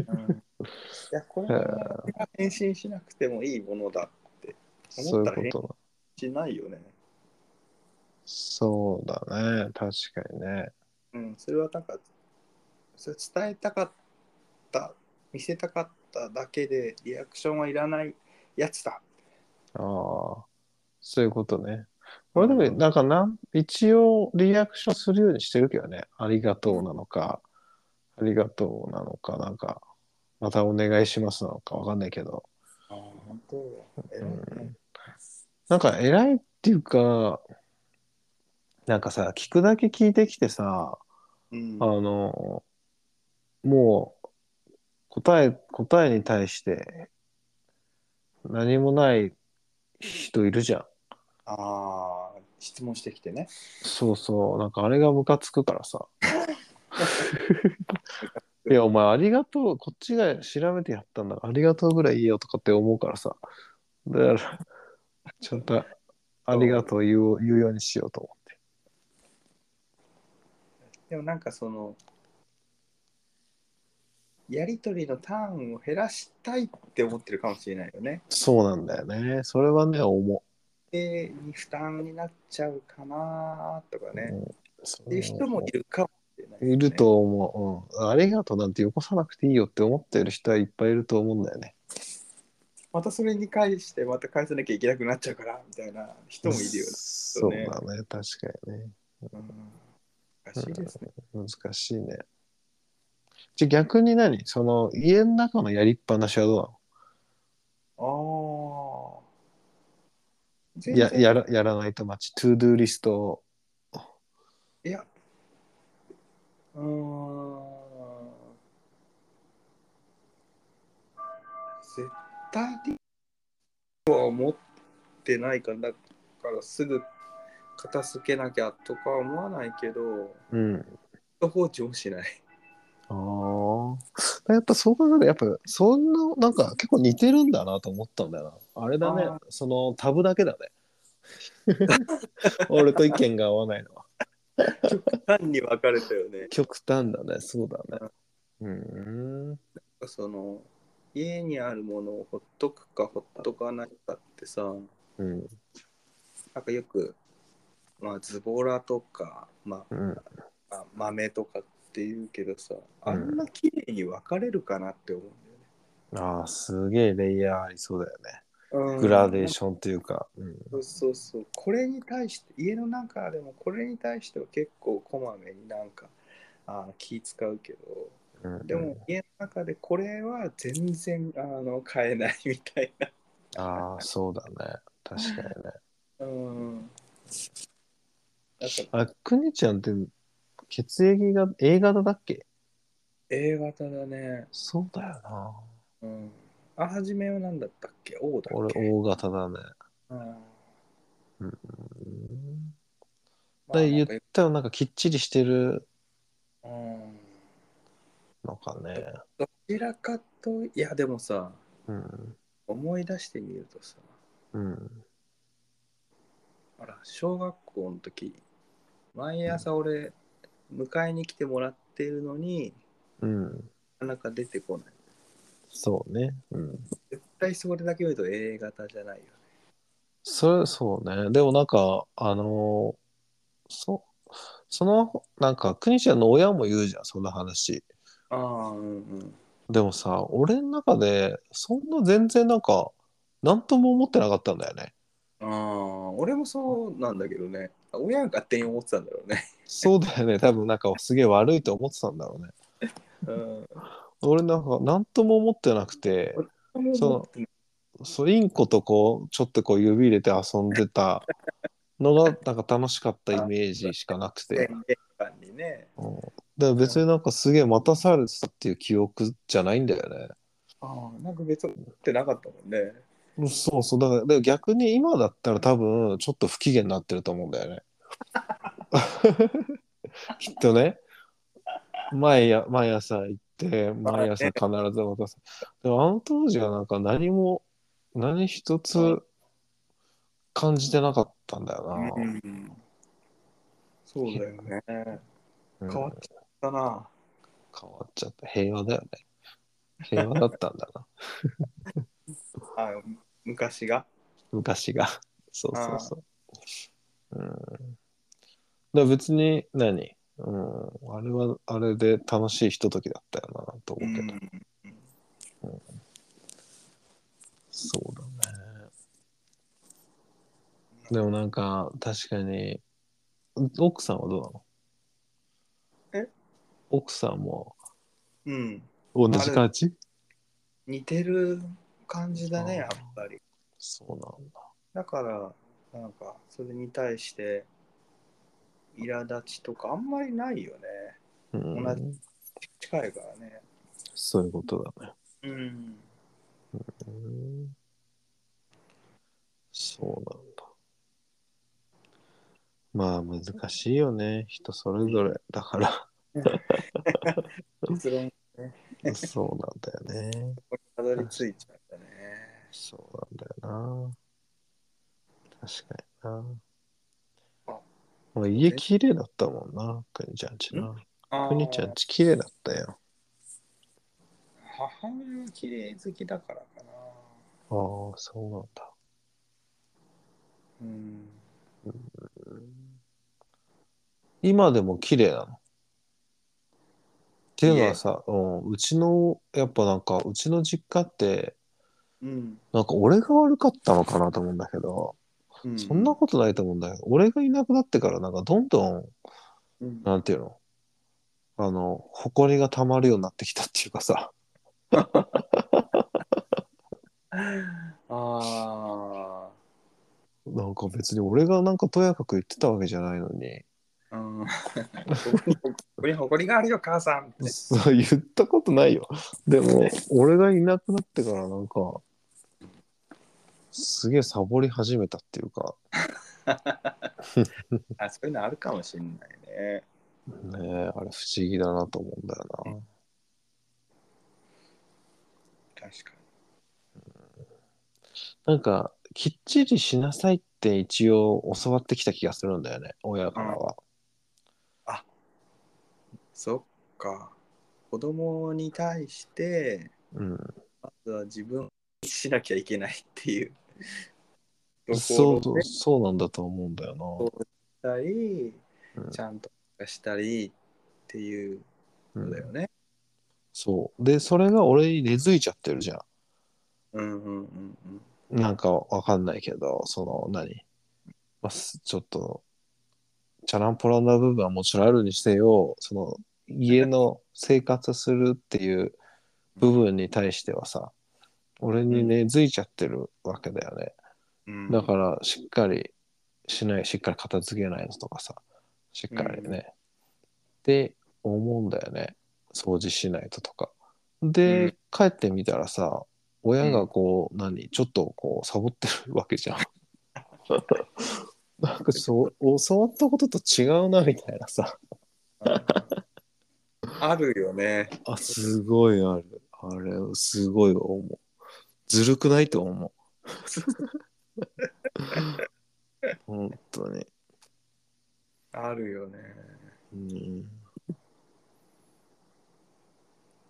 やこれは俺が返信しなくてもいいものだそ思うったらいうことしないよねそうだね確かにねうんそれはなんかそれ伝えたかった見せたかっただけでリアクションはいらないやつだああ、そういうことね。俺でも、なんかなん、一応リアクションするようにしてるけどね。ありがとうなのか、ありがとうなのか、なんか、またお願いしますなのかわかんないけど。ああ本当だう偉いねん。なんか、偉いっていうか、なんかさ、聞くだけ聞いてきてさ、うんあの、もう、答え、答えに対して、何もない人いるじゃん。ああ、質問してきてね。そうそう、なんかあれがムカつくからさ。 *laughs* いや、お前、ありがとう、こっちが調べてやったんだから、ありがとうぐらい言えよとかって思うからさ。だから、ちゃんと、ありがとう言う言うようにしようと思って。でもなんかその、やりとりのターンを減らしたいって思ってるかもしれないよね。そうなんだよね。それはね、思で、負担になっちゃうかなとかう。ね。うんそっていう人もいるかもしれない、いる。と思う、うん。ありがとうなんてよこさなくていいよって思ってる人はいっぱいいると思うんだよね。またそれに返して、また返さなきゃいけなくなっちゃうから、みたいな人もいるよね。そうだね、確かにね。うん難しいですね。難しいね。じゃあ逆に何その家の中のやりっぱなしはどああ。う全なのや然やらやらないと待ち、トゥードゥーリストを。いや、うーん、絶対的とは思ってないから、だからすぐ片付けなきゃとかは思わないけど、うん。放置もしない。ああ。やっぱそう考えると、やっぱそんな、なんか結構似てるんだなと思ったんだよな。あれだねあー、そのタブだけだね。 *laughs* 俺と意見が合わないのは。単に分かれたよね。極端だね、そうだね。うん。その家にあるものをほっとくかほっとかないかってさ、うん。なんかよく、まあ、ズボラとか、まあ、うん。あ豆とかっていうけどさあんな綺麗に分かれるかなって思うああ、すげえレイヤーありそうだよね。んだよね。グラデーョンションというか。うん。そうそうそうこれに対して家の中でもこれに対しては結構こまめになんかあ気使うけどうんでも家の中でこれは全然あの買えないみたいな。ああ、そうだね。確かにね。うんだから *laughs* あ、くにちゃんって血液が A 型だっけ A 型だね。そうだよな。うん、あはじめは何だったっけ ?O だっけ俺 O 型だね。うんまうん、あだから言なっんかたらなんかきっちりしてるうんのかね。どちらかといやでもさうん。思い出してみるとさうん。あら小学校の時毎朝俺、迎えに来てもらってるのにうん。なかなか出てこないそうね。うん。絶対それだけ見ると A 型じゃないよねそれ、そうね。でもなんか、あのーそ、その、なんか、くにちゃんの親も言うじゃん、そんな話。ああうんでもさ、俺の中で、そんな全然なんか、なんとも思ってなかったんだよね。うんああ俺もそうなんだけどね親が勝手に思ってたんだろう *laughs* ねそうだよね。多分なんかすげえ悪いと思ってたんだろうね。うん俺なんか、なんとも思ってなくて、そそう、インコとこう、ちょっとこう指入れて遊んでたのが、なんか楽しかったイメージしかなくて。玄関にねうん、だから別になんかすげえ待たされてたっていう記憶じゃないんだよね。あああ、なんか別にってなかったもんね。そうそうだからだから逆に今だったら多分ちょっと不機嫌になってると思うんだよねきっとね毎や毎朝行って毎朝必ず渡すでもあの当時はなんか何も何一つ感じてなかったんだよな、うんそうだよね。うん変わっちゃったな。変わっちゃった平和だよね平和だったんだなあ昔が。昔が *laughs* そうそうそううんだから別に何うん、あれはあれで楽しいひとときだったよなとう思うけど、ん、そうだね。でもなんか、確かに、奥さんはどうなのえ奥さんもうん、同じ感じ似てる感じだね、やあっーぱり。そうなんだ。だから、なんか、それに対して、苛立ちとかあんまりないよね。うん、同じ近いからね。そういうことだね。うん。うんそうなんだ。まあ難しいよね。人それぞれだ *laughs* から。結論にそうなんだよね。たどり着いちゃったね。そうなんだよな。確かにあな。もう家綺麗だったもんな、くにちゃんちな。あくにちゃんち綺麗だったよ。母親は綺麗好きだからかな。ああ、そうなんだ。うん。今でも綺麗なの。っていうのはさ、うん、うちの、やっぱなんか、うちの実家って、うん。なんか俺が悪かったのかなと思うんだけど、うん、そんなことないと思うんだけど、俺がいなくなってからなんかどんどん、うん、なんていうのあの、埃が溜まるようになってきたっていうかさ、あなんか別に俺がなんかとやかく言ってたわけじゃないのに、あ。うん。こ *laughs* こに誇りがあるよ、母さんって。そう言ったことないよ。でも、俺がいなくなってからなんか、すげえサボり始めたっていうか、あそういうのあるかもしれないね。ねえ、あれ不思議だなと思うんだよな。確かなんか、きっちりしなさいって一応教わってきた気がするんだよね、親からは。に。そっか。子供に対して、うん。まずは自分をしなきゃいけないっていう。そうところそう、でそうなんだと思うんだよしたり、うんちゃんとしたりっていうな。のだよね。そう。で、それが俺に根付いちゃってるじゃん。うんうんうんうん。なんかわかんないけど、その何、まあ、すちょっと、チャランポランな部分はもちろんあるにせよ、その家の生活するっていう部分に対してはさ、俺に根付いちゃってるわけだよね。うんだから、しっかりしない、しっかり片付けないのとかさ、しっかりね。って思うんだよね。掃除しないととか。で、うん帰ってみたらさ、親がこう、何、ちょっとこう、サボってるわけ *laughs* じゃん。なんかそう、教わったことと違うな、みたいなさ。あるよね。あ、すごいある。あれ、すごい思う。ずるくないと思 *laughs* う。本当に。あるよね。うん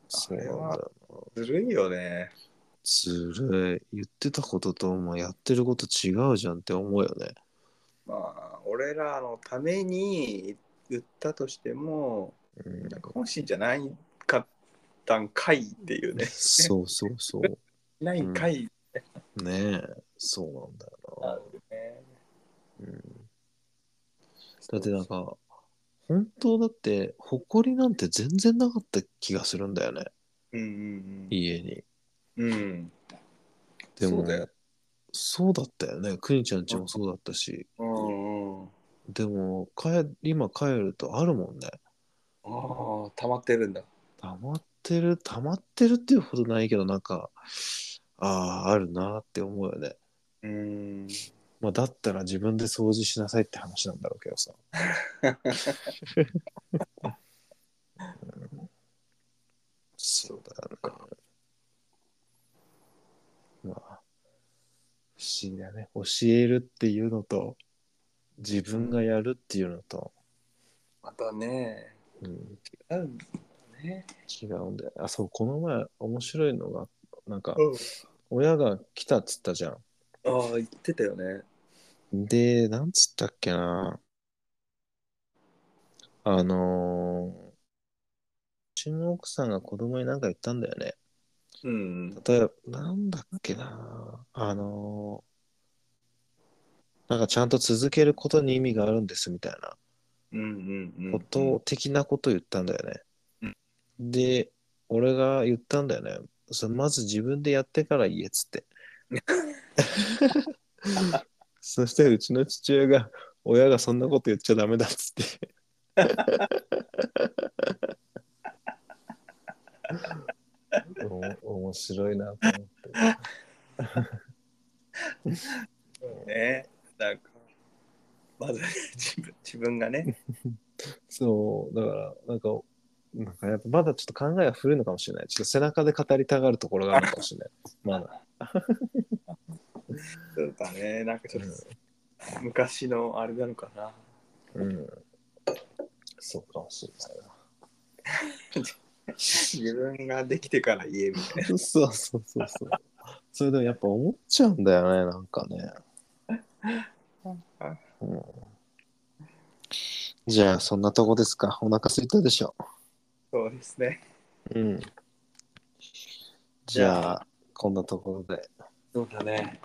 そうなんあだれよな。ずるいよね。ずるい。言ってたことともうやってること違うじゃんって思うよね。まあ、俺らのために言ったとしても、うんなんか本心じゃないかったんかいっていうね。そうそうそう。ないんかいねえ、そうなんだよあるね。な。うん、だってなんか、本当だって、誇りなんて全然なかった気がするんだよね、うんうん家に。うん。うん。でも、そうだよそうだったよね。くにちゃんちもそうだったし、うんうん。でも帰、今帰るとあるもんね。ああ、溜まってるんだ。溜まっってる溜まってるっていうほどないけどなんかあああるなって思うよね、うーん。まあ、だったら自分で掃除しなさいって話なんだろうけどさそうだね。まあ、不思議だね。教えるっていうのと、自分がやるっていうのと、またね、うん、違うんだね。違うんだよ。あ、そう、この前、面白いのが、なんか、うん。親が来たっつったじゃん。ああ、言ってたよね。で、なんつったっけな。あのーうちの奥さんが子供に何か言ったんだよね。うん。例えば、なんだっけな、あのーなんかちゃんと続けることに意味があるんですみたいなうんうんうん。こと、的なことを言ったんだよね。で、俺が言ったんだよね。それまず自分でやってから言えっ *laughs* つって。そしてうちの父親が、親がそんなこと言っちゃダメだっ *laughs* つって。お面白いなと思って。ね。なんか、まず *laughs* 自分自分がね。そう、だから、なんか、なんかやっぱまだちょっと考えが古いのかもしれない。ちょっと背中で語りたがるところがあるのかもしれない。ま *laughs* だ。そうだね。なんかちょっと、う昔のあれなのかな。うん。そうかもしれない自分ができてから言えみたいな。な。そうそうそうそう。それでもやっぱ思っちゃうんだよね、なんかね。うん、じゃあ、そんなとこですか。お腹空いたでしょ。そうですね。うん。じゃあ、こんなところで。そうだね。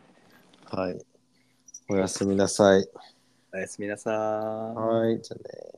はい。おやすみなさい。おやすみなさーい。はい、じゃあね。